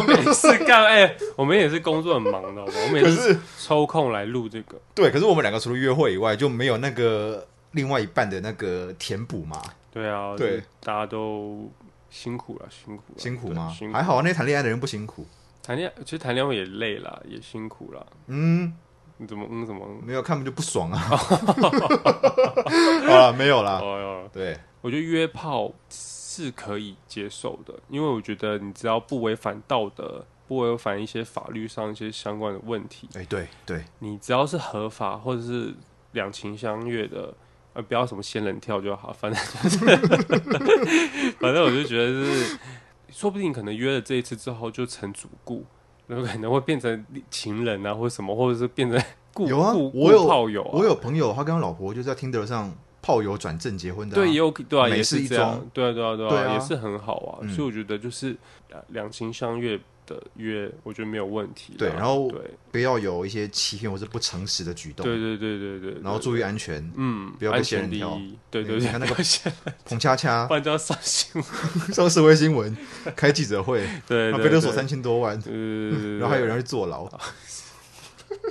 Speaker 1: 没事干哎、我们也是工作很忙的，好不好我们也
Speaker 2: 可是
Speaker 1: 抽空来录这个。
Speaker 2: 对，可是我们两个除了约会以外，就没有那个另外一半的那个填补嘛。
Speaker 1: 对啊，
Speaker 2: 对，
Speaker 1: 大家都辛苦了，辛苦了，
Speaker 2: 辛苦
Speaker 1: 对
Speaker 2: 吗
Speaker 1: 辛？苦
Speaker 2: 还好啊，那些谈恋爱的人不辛苦。
Speaker 1: 谈恋爱其实谈恋爱也累啦，也辛苦啦。
Speaker 2: 嗯，
Speaker 1: 你怎么嗯怎么嗯？
Speaker 2: 没有看不就不爽 啊。好了，没有啦。
Speaker 1: 哦哟，
Speaker 2: 对，
Speaker 1: 我觉得约炮是可以接受的，因为我觉得你只要不违反道德，不违反一些法律上一些相关的问题，
Speaker 2: 哎、对对，
Speaker 1: 你只要是合法或者是两情相悦的，呃， 不要什么仙人跳就好，反正就是反正我就觉得是说不定可能约了这一次之后就成主顾，有可能会变成情人啊，或者什么，或者是变成故
Speaker 2: 有啊
Speaker 1: 故
Speaker 2: 我有
Speaker 1: 故炮友啊，
Speaker 2: 我有朋友，他跟他老婆就在 Tinder 上炮友转正结婚的、啊，
Speaker 1: 对，也有对啊，
Speaker 2: 美
Speaker 1: 也
Speaker 2: 式
Speaker 1: 是
Speaker 2: 一
Speaker 1: 这样
Speaker 2: 桩，
Speaker 1: 对啊，对啊，对啊，
Speaker 2: 对啊
Speaker 1: 也是很好啊。
Speaker 2: 嗯
Speaker 1: 所以我觉得就是呃两情相悦的约，我觉得没有问题啦。
Speaker 2: 对然后
Speaker 1: 对，
Speaker 2: 不要有一些欺骗或是不诚实的举动，啊
Speaker 1: 对对对对对对，
Speaker 2: 然后注意安全，
Speaker 1: 嗯，
Speaker 2: 不要被
Speaker 1: 安
Speaker 2: 仙
Speaker 1: 全
Speaker 2: 人
Speaker 1: 第
Speaker 2: 跳
Speaker 1: 一，对
Speaker 2: 对
Speaker 1: 对
Speaker 2: 你
Speaker 1: 对，
Speaker 2: 看 那
Speaker 1: 不
Speaker 2: 个
Speaker 1: 要仙
Speaker 2: 彭恰恰
Speaker 1: 不然就要上新闻，
Speaker 2: 上社会新闻，开记者会，
Speaker 1: 对
Speaker 2: 然
Speaker 1: 对
Speaker 2: 后啊被
Speaker 1: 对，
Speaker 2: 勒索
Speaker 1: 对
Speaker 2: 三千多万，
Speaker 1: 对对对对，
Speaker 2: 然后还有人去坐牢。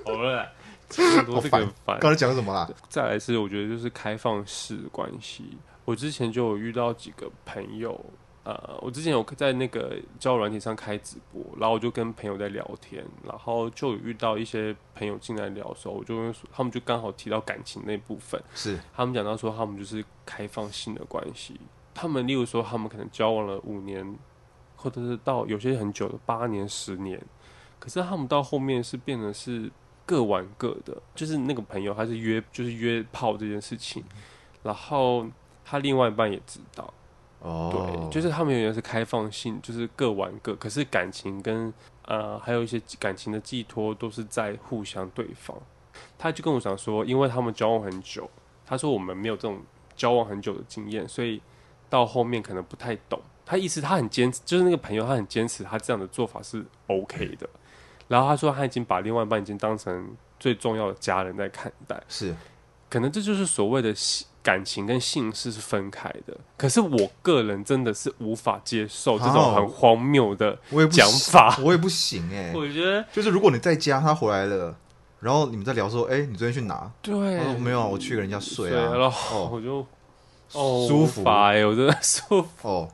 Speaker 1: 好了，差不多这 个烦。
Speaker 2: 刚才讲什么啦？
Speaker 1: 再来是我觉得就是开放式的关系。我之前就有遇到几个朋友，呃，我之前有在那个交友软体上开直播，然后我就跟朋友在聊天，然后就有遇到一些朋友进来聊的时候，我就跟他们就刚好提到感情那部分，
Speaker 2: 是
Speaker 1: 他们讲到说他们就是开放性的关系，他们例如说他们可能交往了五年，或者是到有些很久的八年、十年，可是他们到后面是变得是各玩各的，就是那个朋友他是约就是约炮这件事情，然后他另外一半也知道，
Speaker 2: 哦
Speaker 1: 对，，就是他们有点是开放性，就是各玩各，可是感情跟呃还有一些感情的寄托都是在互相对方。他就跟我讲说，因为他们交往很久，他说我们没有这种交往很久的经验，所以到后面可能不太懂。他意思他很坚持，就是那个朋友他很坚持，他这样的做法是 OK 的。然后他说他已经把另外一半已经当成最重要的家人在看待。
Speaker 2: 是
Speaker 1: 可能这就是所谓的性感情跟性事是分开的。可是我个人真的是无法接受这种很荒谬的
Speaker 2: 我也不
Speaker 1: 讲
Speaker 2: 行
Speaker 1: 法。
Speaker 2: 我也不行哎、
Speaker 1: 我觉得
Speaker 2: 就是如果你在家，他回来了，然后你们在聊说，哎、你昨天去哪？他说
Speaker 1: 对，
Speaker 2: 没有啊，我去跟人家睡
Speaker 1: 对
Speaker 2: 啊，
Speaker 1: 然后
Speaker 2: 哦
Speaker 1: 我就哦
Speaker 2: 舒服
Speaker 1: 无法哎，我真的舒服，
Speaker 2: 哦，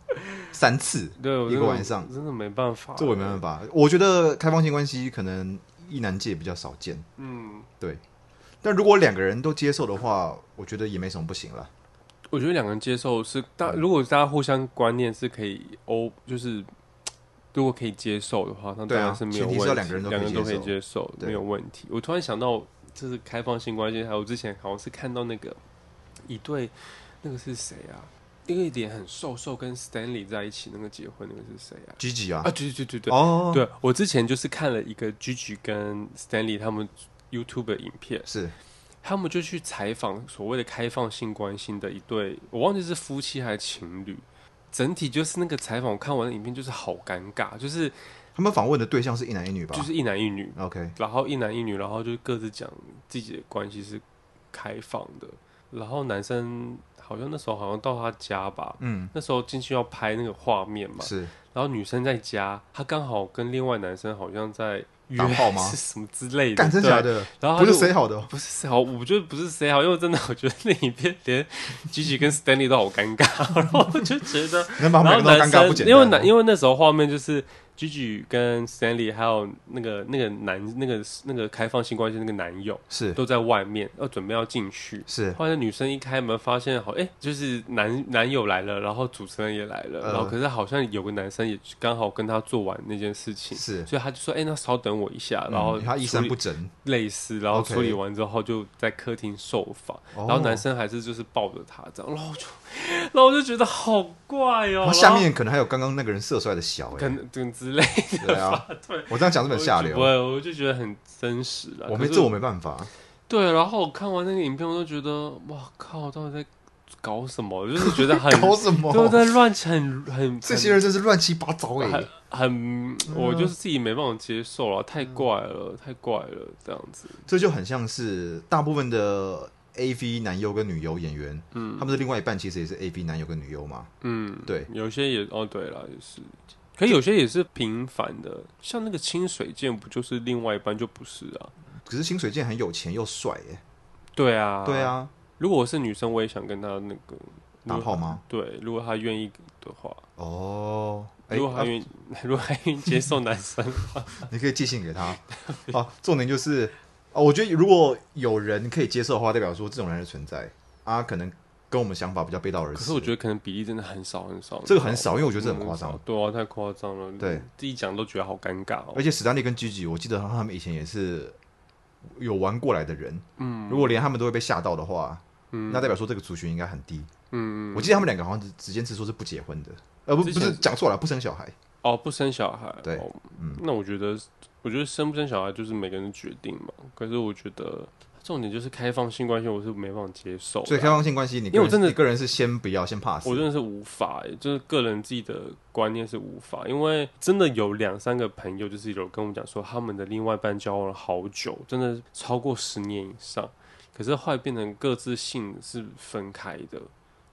Speaker 2: 三次，
Speaker 1: 对，我
Speaker 2: 一
Speaker 1: 真
Speaker 2: 个
Speaker 1: 的
Speaker 2: 晚上
Speaker 1: 真的没办法，
Speaker 2: 这我也没办法。我觉得开放性关系可能一男界比较少见，
Speaker 1: 嗯，
Speaker 2: 对。但如果两个人都接受的话，我觉得也没什么不行了。
Speaker 1: 我觉得两个人接受
Speaker 2: 嗯
Speaker 1: 是大，如果大家互相观念是可以欧，就是如果可以接受的话，那
Speaker 2: 对
Speaker 1: 当
Speaker 2: 啊
Speaker 1: 然是没有
Speaker 2: 前提
Speaker 1: 问
Speaker 2: 是
Speaker 1: 题，
Speaker 2: 要两个人都可以
Speaker 1: 都可以
Speaker 2: 接受
Speaker 1: 接受，
Speaker 2: 对
Speaker 1: 没有问题。我突然想到，这是开放性关系，还有我之前好像是看到那个一对，那个是谁啊？那个脸很瘦瘦跟 Stanley 在一起那个结婚那个是谁啊？
Speaker 2: 积极啊
Speaker 1: 啊，，对对对对对，
Speaker 2: 哦，，
Speaker 1: 对我之前就是看了一个 Gigi 跟 Stanley 他们 YouTube 的影片，
Speaker 2: 是
Speaker 1: 他们就去采访所谓的开放性关系的一对，我忘记是夫妻还是情侣。整体就是那个采访，我看完的影片就是好尴尬，就是
Speaker 2: 他们访问的对象是一男一女吧？
Speaker 1: 就是一男一女，
Speaker 2: OK，
Speaker 1: 然后一男一女，然后就各自讲自己的关系是开放的，然后男生好像那时候好像到他家吧，
Speaker 2: 嗯，
Speaker 1: 那时候进去要拍那个画面嘛，
Speaker 2: 是
Speaker 1: 然后女生在家，她刚好跟另外男生好像在约
Speaker 2: 打炮吗
Speaker 1: 是什么之类的，
Speaker 2: 干真
Speaker 1: 对啊
Speaker 2: 假的，
Speaker 1: 然后她
Speaker 2: 不是
Speaker 1: 就
Speaker 2: 谁好的哦，
Speaker 1: 不是谁好，我觉得不是谁好，因为真的我觉得那里边连吉吉跟 Stanley 都好尴尬， 然后我就觉得，
Speaker 2: 能把他
Speaker 1: 然后
Speaker 2: 们两个
Speaker 1: 男
Speaker 2: 弄尴尬
Speaker 1: 生
Speaker 2: 不简单哦。
Speaker 1: 因为男因为那时候画面就是吉吉跟 Stanley 还有那个那个男那个那个开放性关系那个男友
Speaker 2: 是
Speaker 1: 都在外面，要准备要进去。
Speaker 2: 是
Speaker 1: 后来女生一开门，发现好，哎、就是男男友来了，然后主持人也来了，
Speaker 2: 嗯
Speaker 1: 然后可是好像有个男生也刚好跟他做完那件事情，
Speaker 2: 是，
Speaker 1: 所以他就说，哎、那稍等我一下，然后
Speaker 2: 嗯他衣
Speaker 1: 处
Speaker 2: 衫
Speaker 1: 理
Speaker 2: 不整，
Speaker 1: 类似，然后
Speaker 2: OK
Speaker 1: 处理完之后就在客厅受访然
Speaker 2: 哦
Speaker 1: 后男生还是就是抱着她这样，然后我就， 然后我就觉得好怪哦、
Speaker 2: 然后下面可能还有刚刚那个人射出来的小哎，
Speaker 1: 跟跟之类的
Speaker 2: 对啊，
Speaker 1: 对，
Speaker 2: 我这样讲是不是很下
Speaker 1: 不
Speaker 2: 流，啊
Speaker 1: 会，我就觉得很真实了。
Speaker 2: 我
Speaker 1: 可
Speaker 2: 没
Speaker 1: 是
Speaker 2: 这我没办法，啊
Speaker 1: 对，然后我看完那个影片，我都觉得哇靠，到底在搞什么？就是觉得很
Speaker 2: 搞什
Speaker 1: 都
Speaker 2: 么？
Speaker 1: 在乱很很
Speaker 2: 这些人真是乱七八糟哎、
Speaker 1: 很很，我就是自己没办法接受了，太
Speaker 2: 嗯
Speaker 1: 怪了，太怪了，这样子。
Speaker 2: 这就很像是大部分的 A V 男优跟女优演员，嗯，他们的另外一半其实也是 A V 男优跟女优嘛，
Speaker 1: 嗯，
Speaker 2: 对，
Speaker 1: 有些也哦，对了，也是，可有些也是平凡的，像那个清水剑不就是另外一半就不是啊？
Speaker 2: 可是清水健很有钱又帅耶、
Speaker 1: 对啊，
Speaker 2: 对。啊，
Speaker 1: 如果我是女生，我也想跟他那个
Speaker 2: 打炮吗？
Speaker 1: 对，如果他愿意的话，
Speaker 2: 哦，哎、
Speaker 1: 如果他
Speaker 2: 啊
Speaker 1: 愿意， 如果他愿意接受男 生，
Speaker 2: 你可以寄信给他。啊，重点就是哦，我觉得如果有人可以接受的话，代表说这种人的存在啊，可能跟我们想法比较背道而驰。
Speaker 1: 可是我觉得可能比例真的很少很少，
Speaker 2: 这个很少，因为我觉得这很夸
Speaker 1: 嗯
Speaker 2: 张。。
Speaker 1: 对啊，太夸张了，
Speaker 2: 对，
Speaker 1: 自己讲都觉得好尴尬哦
Speaker 2: 而。且史丹利跟 Gigi，我记得他们以前也是有玩过来的人。嗯，如果连他们都会被吓到的话，那代表说这个族群应该很低。
Speaker 1: 嗯，
Speaker 2: 我记得他们两个好像是只间直说是不结婚的，呃，不不
Speaker 1: 之前
Speaker 2: 是讲错了，不生小孩。
Speaker 1: 哦，不生小孩，
Speaker 2: 对
Speaker 1: 哦
Speaker 2: 嗯
Speaker 1: 那我觉得，我觉得生不生小孩就是每个人决定嘛。可是我觉得重点就是开放性关系，我是没办法接受
Speaker 2: 所
Speaker 1: 的
Speaker 2: 以开
Speaker 1: 啊。
Speaker 2: 放性关系，你
Speaker 1: 因为我真的
Speaker 2: 一个人是先不要，先 pass。
Speaker 1: 我真的是无法、欸，就是个人自己的观念是无法，因为真的有两三个朋友，就是有跟我讲说，他们的另外一半交往了好久，真的超过十年以上，可是后来变成各自性是分开的。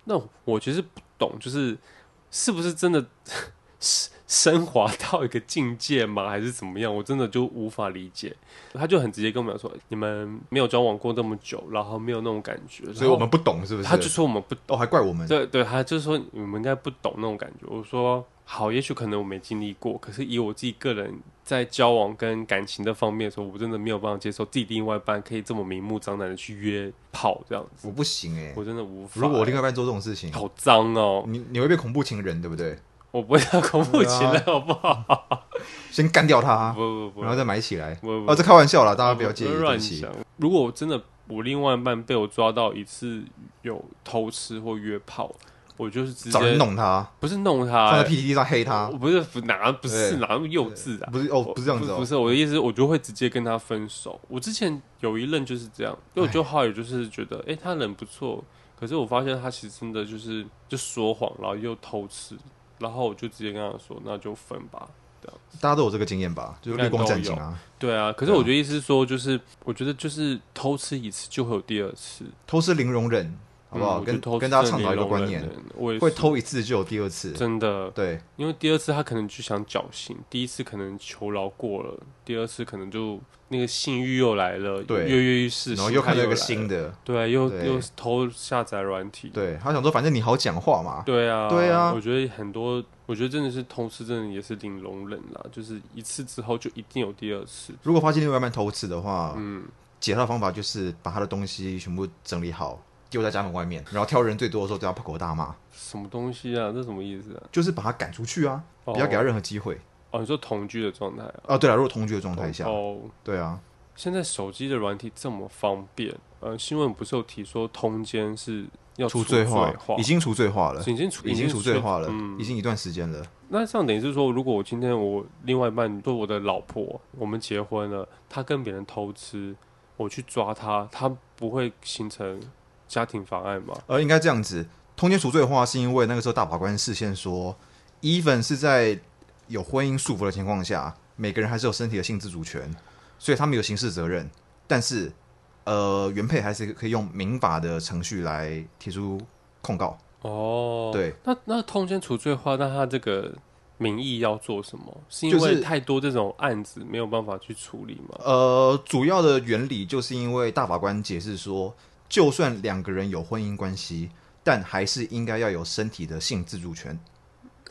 Speaker 1: 那我其实不懂，就是是不是真的升升华到一个境界吗？还是怎么样？我真的就无法理解。他就很直接跟我们讲说，你们没有交往过那么久，然后没有那种感觉，
Speaker 2: 所以我们不懂是不是？
Speaker 1: 他就说我们不
Speaker 2: 哦，还怪我们。
Speaker 1: 对对，他就是说你们应该不懂那种感觉。我说好，也许可能我没经历过，可是以我自己个人在交往跟感情的方面的时候，我真的没有办法接受自己另外一半可以这么明目张胆的去约炮这样子，
Speaker 2: 我不行哎、
Speaker 1: 我真的无法。
Speaker 2: 如果我另外一半做这种事情，
Speaker 1: 好脏哦，
Speaker 2: 你你会被恐怖情人对不对？
Speaker 1: 我不要恐怖情
Speaker 2: 对
Speaker 1: 人好不好？
Speaker 2: 先干掉他，
Speaker 1: 不不不，
Speaker 2: 然后再埋起来。
Speaker 1: 不不
Speaker 2: 哦，这开玩笑啦，大家不要介意，
Speaker 1: 我
Speaker 2: 对不
Speaker 1: 乱
Speaker 2: 起
Speaker 1: 想。如果我真的我另外一半被我抓到一次有偷吃或约炮，我就是直
Speaker 2: 找
Speaker 1: 接
Speaker 2: 人，弄他，
Speaker 1: 不是弄他、
Speaker 2: 放在
Speaker 1: 欸
Speaker 2: PPT 上黑他
Speaker 1: 我，不是不拿，不是
Speaker 2: 对
Speaker 1: 拿那么幼稚啊。
Speaker 2: 不是哦，不是这样子
Speaker 1: 不
Speaker 2: 哦
Speaker 1: 不，是我的意思，我就会直接跟他分手。我之前有一任就是这样，因
Speaker 2: 哎
Speaker 1: 为我就后来就是觉得，哎、他人不错，可是我发现他其实真的就是就说谎，然后又偷吃，然后我就直接跟他说，那就分吧。
Speaker 2: 大家都有这个经验吧？就是绿光战警啊，
Speaker 1: 对啊，可是我觉得意思是说，就是我觉得就是偷吃一次就会有第二次，
Speaker 2: 偷吃零容忍，好
Speaker 1: 嗯
Speaker 2: 不好？
Speaker 1: 我觉得
Speaker 2: 跟
Speaker 1: 偷吃
Speaker 2: 跟大家
Speaker 1: 真
Speaker 2: 倡
Speaker 1: 的
Speaker 2: 导一个
Speaker 1: 容
Speaker 2: 观
Speaker 1: 忍
Speaker 2: 念，
Speaker 1: 人，我也
Speaker 2: 会
Speaker 1: 是
Speaker 2: 偷一次就有第二次。
Speaker 1: 真的，
Speaker 2: 对，
Speaker 1: 因为第二次他可能就想侥幸，第一次可能求饶过了，第二次可能就那个性欲又来了，
Speaker 2: 对
Speaker 1: 跃跃欲试，
Speaker 2: 然后又看到一个新
Speaker 1: 的，
Speaker 2: 的，
Speaker 1: 对，啊又
Speaker 2: 对
Speaker 1: 又偷下载软体，
Speaker 2: 对他想说，反正你好讲话嘛，
Speaker 1: 对啊，
Speaker 2: 对啊
Speaker 1: 我觉得很多，我觉得真的是同事真的也是零容忍啦，就是一次之后就一定有第二次，
Speaker 2: 如果发现另外一半偷吃的话，
Speaker 1: 嗯，
Speaker 2: 解套的方法就是把他的东西全部整理好，丢在家门外面，然后挑人最多的时候对他破口大骂，
Speaker 1: 什么东西啊？这什么意思啊？
Speaker 2: 就是把他赶出去啊，
Speaker 1: 哦
Speaker 2: 不要给他任何机会。
Speaker 1: 哦，你说同居的状态啊？
Speaker 2: 哦、对了，如果同居的状态下，
Speaker 1: 哦，
Speaker 2: 对啊，
Speaker 1: 现在手机的软体这么方便，呃，新闻不是有提说通奸是要
Speaker 2: 除
Speaker 1: 罪
Speaker 2: 罪化已经除罪化了，
Speaker 1: 已经除
Speaker 2: 已经除罪化了，
Speaker 1: 嗯
Speaker 2: 已，经一段时间了。
Speaker 1: 那这样等于是说，如果我今天我另外一半做我的老婆，我们结婚了，她跟别人偷吃，我去抓她，她不会形成家庭妨碍吗？
Speaker 2: 呃而应该这样子，通奸除罪化是因为那个时候大法官视线说，even 是在有婚姻束缚的情况下，每个人还是有身体的性自主权，所以他们有刑事责任，但是呃，原配还是可以用民法的程序来提出控告。
Speaker 1: 哦，
Speaker 2: 对，
Speaker 1: 那那通奸除罪化，那他这个名义要做什么？是因
Speaker 2: 就
Speaker 1: 为
Speaker 2: 是
Speaker 1: 太多这种案子没有办法去处理吗？
Speaker 2: 呃，主要的原理就是因为大法官解释说，就算两个人有婚姻关系，但还是应该要有身体的性自主权。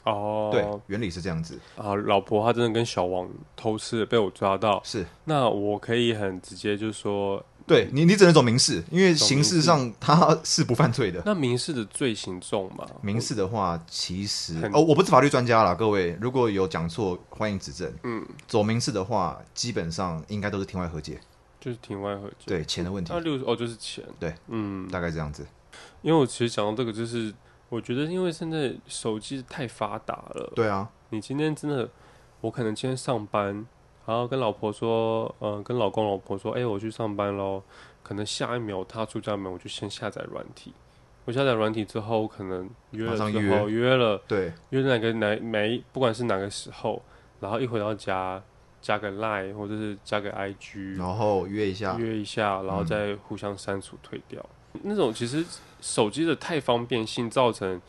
Speaker 1: 哦，
Speaker 2: 呃对，原理是这样子，
Speaker 1: 啊，老婆她真的跟小王偷吃了，被我抓到，
Speaker 2: 是。
Speaker 1: 那我可以很直接就说，
Speaker 2: 对你，你只能走民事，因为
Speaker 1: 嗯走
Speaker 2: 刑
Speaker 1: 民
Speaker 2: 事
Speaker 1: 事
Speaker 2: 上他是不犯罪的。
Speaker 1: 那民事的罪行重吗？
Speaker 2: 民事的话，其实
Speaker 1: 很
Speaker 2: 哦，我不是法律专家啦，各位如果有讲错，欢迎指正。
Speaker 1: 嗯，
Speaker 2: 走民事的话，基本上应该都是庭外和解，
Speaker 1: 就是庭外和解。
Speaker 2: 对钱的问题
Speaker 1: 那，六十哦，就是钱。
Speaker 2: 对，
Speaker 1: 嗯，
Speaker 2: 大概这样子。
Speaker 1: 因为我其实讲到这个，就是我觉得因为现在手机太发达了，
Speaker 2: 对啊，
Speaker 1: 你今天真的，我可能今天上班，然后跟老婆说，嗯，跟老公老婆说，哎、我去上班喽。可能下一秒我踏出家门，我就先下载软体。我下载软体之后，我可能约了
Speaker 2: 马上
Speaker 1: 之
Speaker 2: 约
Speaker 1: 后约了
Speaker 2: 对，
Speaker 1: 约哪个哪没，不管是哪个时候，然后一回到家加个 Line 或者是加个 IG，
Speaker 2: 然后约一下，
Speaker 1: 约一下，然后
Speaker 2: 嗯
Speaker 1: 再互相删除退掉。那种其实手机的太方便性造成，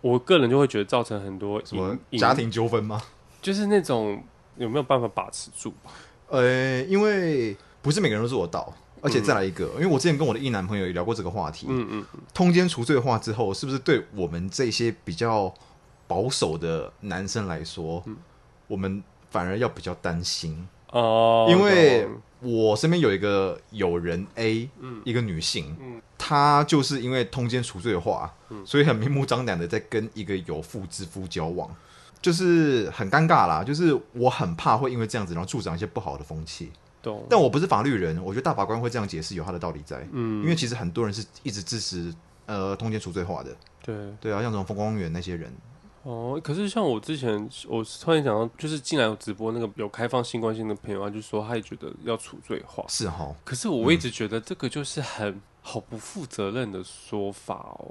Speaker 1: 我个人就会觉得造成很多
Speaker 2: 什么
Speaker 1: 隐
Speaker 2: 家，
Speaker 1: 隐
Speaker 2: 庭纠纷吗？
Speaker 1: 就是那种有没有办法把持住吧？
Speaker 2: 呃，因为不是每个人都做得到，而且再来一个，因为我之前跟我的一男朋友也聊过这个话题，
Speaker 1: 嗯嗯，
Speaker 2: 通奸除罪化之后，是不是对我们这些比较保守的男生来说，我们反而要比较担心？
Speaker 1: 哦、
Speaker 2: 因为
Speaker 1: 懂
Speaker 2: 我身边有一个友人 A，、一个女性，她就是因为通奸除罪化，所以很明目张胆的在跟一个有妇之夫交往，就是很尴尬啦。就是我很怕会因为这样子，然后助长一些不好的风气。
Speaker 1: 懂，
Speaker 2: 但我不是法律人，我觉得大法官会这样解释有他的道理在，
Speaker 1: 嗯，
Speaker 2: 因为其实很多人是一直支持呃通奸除罪化的。
Speaker 1: 对，
Speaker 2: 对啊，像什么风光园那些人，
Speaker 1: 哦，可是像我之前，我突然想到，就是进来有直播那个有开放性关系的朋友，啊他就说他也觉得要处罪化，
Speaker 2: 是哈，
Speaker 1: 可是我
Speaker 2: 嗯
Speaker 1: 一直觉得这个就是很好不负责任的说法哦，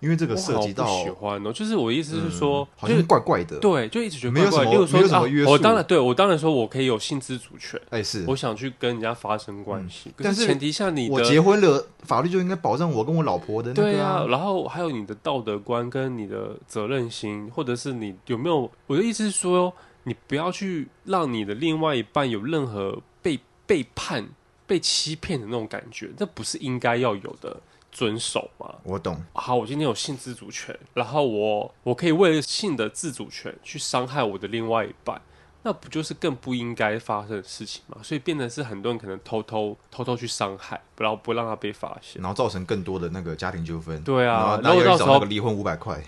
Speaker 2: 因为这个
Speaker 1: 我
Speaker 2: 涉
Speaker 1: 好
Speaker 2: 及
Speaker 1: 不
Speaker 2: 到，
Speaker 1: 喜欢哦，就是我意思是
Speaker 2: 嗯
Speaker 1: 说，
Speaker 2: 好
Speaker 1: 就是
Speaker 2: 像怪怪的。
Speaker 1: 对，就一直觉得
Speaker 2: 没有
Speaker 1: 怪怪
Speaker 2: 什么
Speaker 1: 例如说
Speaker 2: 没有什么约
Speaker 1: 啊，我
Speaker 2: 束
Speaker 1: 当然对我当然说我可以有性知主权，
Speaker 2: 哎，是
Speaker 1: 我想去跟人家发生关系，可
Speaker 2: 嗯但
Speaker 1: 是
Speaker 2: 是
Speaker 1: 前提下你
Speaker 2: 我
Speaker 1: 的
Speaker 2: 结婚了，法律就应该保障我跟我老婆的那
Speaker 1: 对
Speaker 2: 个啊。
Speaker 1: 然后还有你的道德观跟你的责任心，或者是你有没有？我的意思是说，你不要去让你的另外一半有任何被背叛、被欺骗的那种感觉，这不是应该要有的遵守吗？
Speaker 2: 我懂，
Speaker 1: 好，我今天有性自主权，然后我我可以为了性的自主权去伤害我的另外一半，那不就是更不应该发生的事情吗？所以变得是很多人可能偷偷偷偷去伤害，然后不让他被发现。
Speaker 2: 然后造成更多的那个家庭纠纷。
Speaker 1: 对啊
Speaker 2: 然
Speaker 1: 然后到
Speaker 2: 后大家又
Speaker 1: 时
Speaker 2: 找
Speaker 1: 候
Speaker 2: 那个离婚五百块，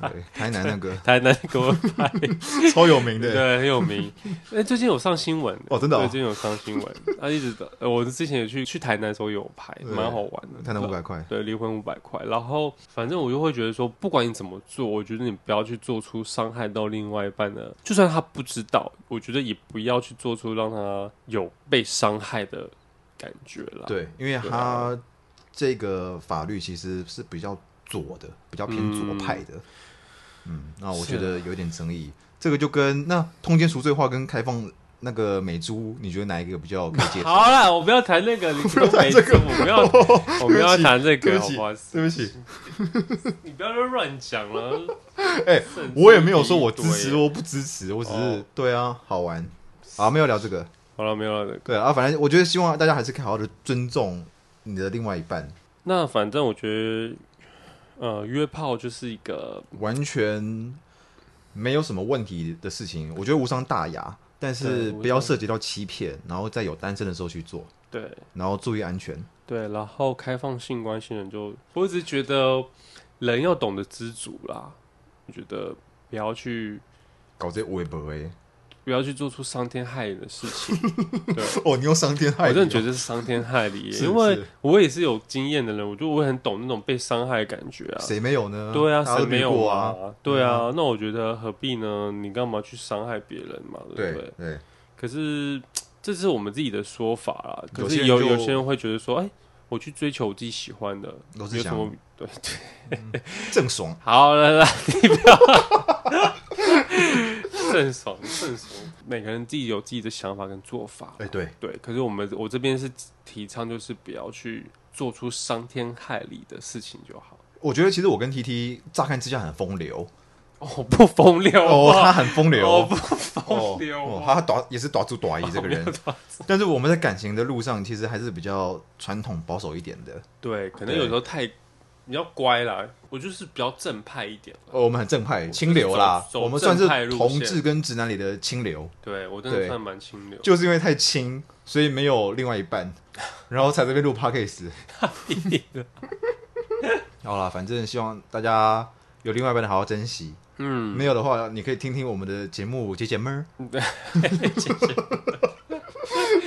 Speaker 2: 对，台南那个
Speaker 1: 台南给 我拍，
Speaker 2: 超有名的，
Speaker 1: 对，很有名。哎，最近有上新闻
Speaker 2: 哦真的哦
Speaker 1: 对，最近有上新闻。他一直，呃我之前也去去台南的时候有拍，
Speaker 2: 对
Speaker 1: 蛮好玩的。
Speaker 2: 台南五百块，
Speaker 1: 对，离婚五百块。然后反正我就会觉得说，不管你怎么做，我觉得你不要去做出伤害到另外一半的，就算他不知道，我觉得也不要去做出让他有被伤害的感觉啦。
Speaker 2: 对，啊因为
Speaker 1: 对
Speaker 2: 他这个法律其实是比较左的，比较偏左派的。嗯，那我
Speaker 1: 是
Speaker 2: 觉
Speaker 1: 啊
Speaker 2: 得有点争议。这个就跟那通奸赎罪化跟开放那个美猪，你觉得哪一个比较可以 接受？
Speaker 1: 好啦，我不要谈那个，你不要
Speaker 2: 谈 这个
Speaker 1: 我不要，我不要谈这
Speaker 2: 对
Speaker 1: 个，
Speaker 2: 不
Speaker 1: 好
Speaker 2: 起
Speaker 1: 不好？，
Speaker 2: 对不起，
Speaker 1: 你不要乱讲了。
Speaker 2: 哎
Speaker 1: 甚至
Speaker 2: 我也没有说我支
Speaker 1: 一
Speaker 2: 持
Speaker 1: 堆
Speaker 2: 或不支持，我只是
Speaker 1: 哦
Speaker 2: 对啊，好玩啊，没有聊这个。
Speaker 1: 好了，没有了。
Speaker 2: 对啊，反正我觉得希望大家还是可以好好的尊重你的另外一半，
Speaker 1: 那反正我觉得，呃，约炮就是一个，
Speaker 2: 完全没有什么问题的事情，我觉得无伤大雅，
Speaker 1: 对
Speaker 2: 但是
Speaker 1: 无
Speaker 2: 不要
Speaker 1: 伤
Speaker 2: 涉及到欺骗，然后在有单身的时候去做，
Speaker 1: 对
Speaker 2: 然后注意安全。
Speaker 1: 对，然后开放性关系人就，我只是觉得人要懂得知足啦，我觉得不要去
Speaker 2: 搞这微博哎，
Speaker 1: 不要去做出伤天害理的事情，对。
Speaker 2: 哦，你又伤天害
Speaker 1: 我
Speaker 2: 理哦，
Speaker 1: 真的觉得是伤天害理耶，
Speaker 2: 是
Speaker 1: 因为
Speaker 2: 是
Speaker 1: 我也是有经验的人，我就我很懂那种被伤害的感觉啊。
Speaker 2: 谁没有呢？
Speaker 1: 对啊，
Speaker 2: 大家
Speaker 1: 谁
Speaker 2: 都
Speaker 1: 没
Speaker 2: 遇
Speaker 1: 有
Speaker 2: 过啊？？
Speaker 1: 对啊，那我觉得何必呢？你干嘛去伤害别人嘛？对不对
Speaker 2: 对？对，
Speaker 1: 可是这是我们自己的说法啦。可
Speaker 2: 有
Speaker 1: 是
Speaker 2: 些人
Speaker 1: 有
Speaker 2: 就
Speaker 1: 有些人会觉得说，哎、我去追求我自己喜欢的，
Speaker 2: 罗
Speaker 1: 有
Speaker 2: 志
Speaker 1: 什
Speaker 2: 祥
Speaker 1: 么对对？
Speaker 2: 郑爽
Speaker 1: 好了啦，你 不要郑爽郑爽，每个人自己有自己的想法跟做法。
Speaker 2: 哎，对，
Speaker 1: 对，可是我们我这边是提倡，就是不要去做出伤天害理的事情就好。
Speaker 2: 我觉得其实我跟 T T 乍看之下很 风流
Speaker 1: 哦，不风流
Speaker 2: 哦，他
Speaker 1: 啊，
Speaker 2: 很风流，
Speaker 1: 哦不风流
Speaker 2: 哦，
Speaker 1: 啊，
Speaker 2: 他短也是短主短义这个人， 但是我们在感情的路上，其实还是比较传统保守一点的。
Speaker 1: 对，可能
Speaker 2: 对
Speaker 1: 有时候太你要乖啦，我就是比较正派一点。
Speaker 2: 哦，我们很正派，清流啦，
Speaker 1: 走走
Speaker 2: 我们算是
Speaker 1: 正派路线
Speaker 2: 同志跟直男里的清流，
Speaker 1: 对我真的
Speaker 2: 对
Speaker 1: 算蛮清流，
Speaker 2: 就是因为太清，所以没有另外一半，然后才这边录 podcast。好啦，反正希望大家有另外一半的好好珍惜，
Speaker 1: 嗯，
Speaker 2: 没有的话，你可以听听我们的节目解解 闷儿。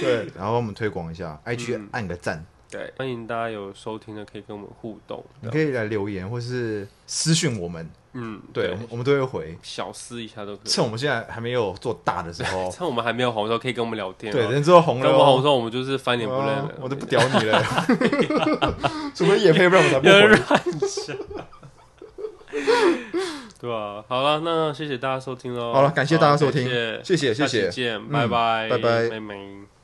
Speaker 2: 对，然后我们推广一下，IG
Speaker 1: 嗯
Speaker 2: 按个赞，
Speaker 1: 对，欢迎大家有收听的可以跟我们互动，
Speaker 2: 你可以来留言或是私讯我们，
Speaker 1: 嗯，
Speaker 2: 对，我们我们都会回。
Speaker 1: 小撕一下都可以。
Speaker 2: 趁我们现在还没有做大的时候，
Speaker 1: 趁我们还没有红的时候，可以跟我们聊天、
Speaker 2: 哦对，
Speaker 1: 对，
Speaker 2: 人之后红
Speaker 1: 跟我
Speaker 2: 了
Speaker 1: 们红的时
Speaker 2: 哦，
Speaker 1: 候，我们就是翻脸不认
Speaker 2: 啊
Speaker 1: 人。
Speaker 2: 我都不屌你了， 除非也配，不然我才不
Speaker 1: 有人
Speaker 2: 回。
Speaker 1: 乱讲。 对啊，好了，那谢谢大家收听喽。
Speaker 2: 好了，感谢大家收
Speaker 1: 好
Speaker 2: 听
Speaker 1: 感，谢
Speaker 2: 谢谢谢
Speaker 1: 下期
Speaker 2: 谢，
Speaker 1: 见，
Speaker 2: 嗯
Speaker 1: 拜拜，
Speaker 2: 拜拜
Speaker 1: 妹妹。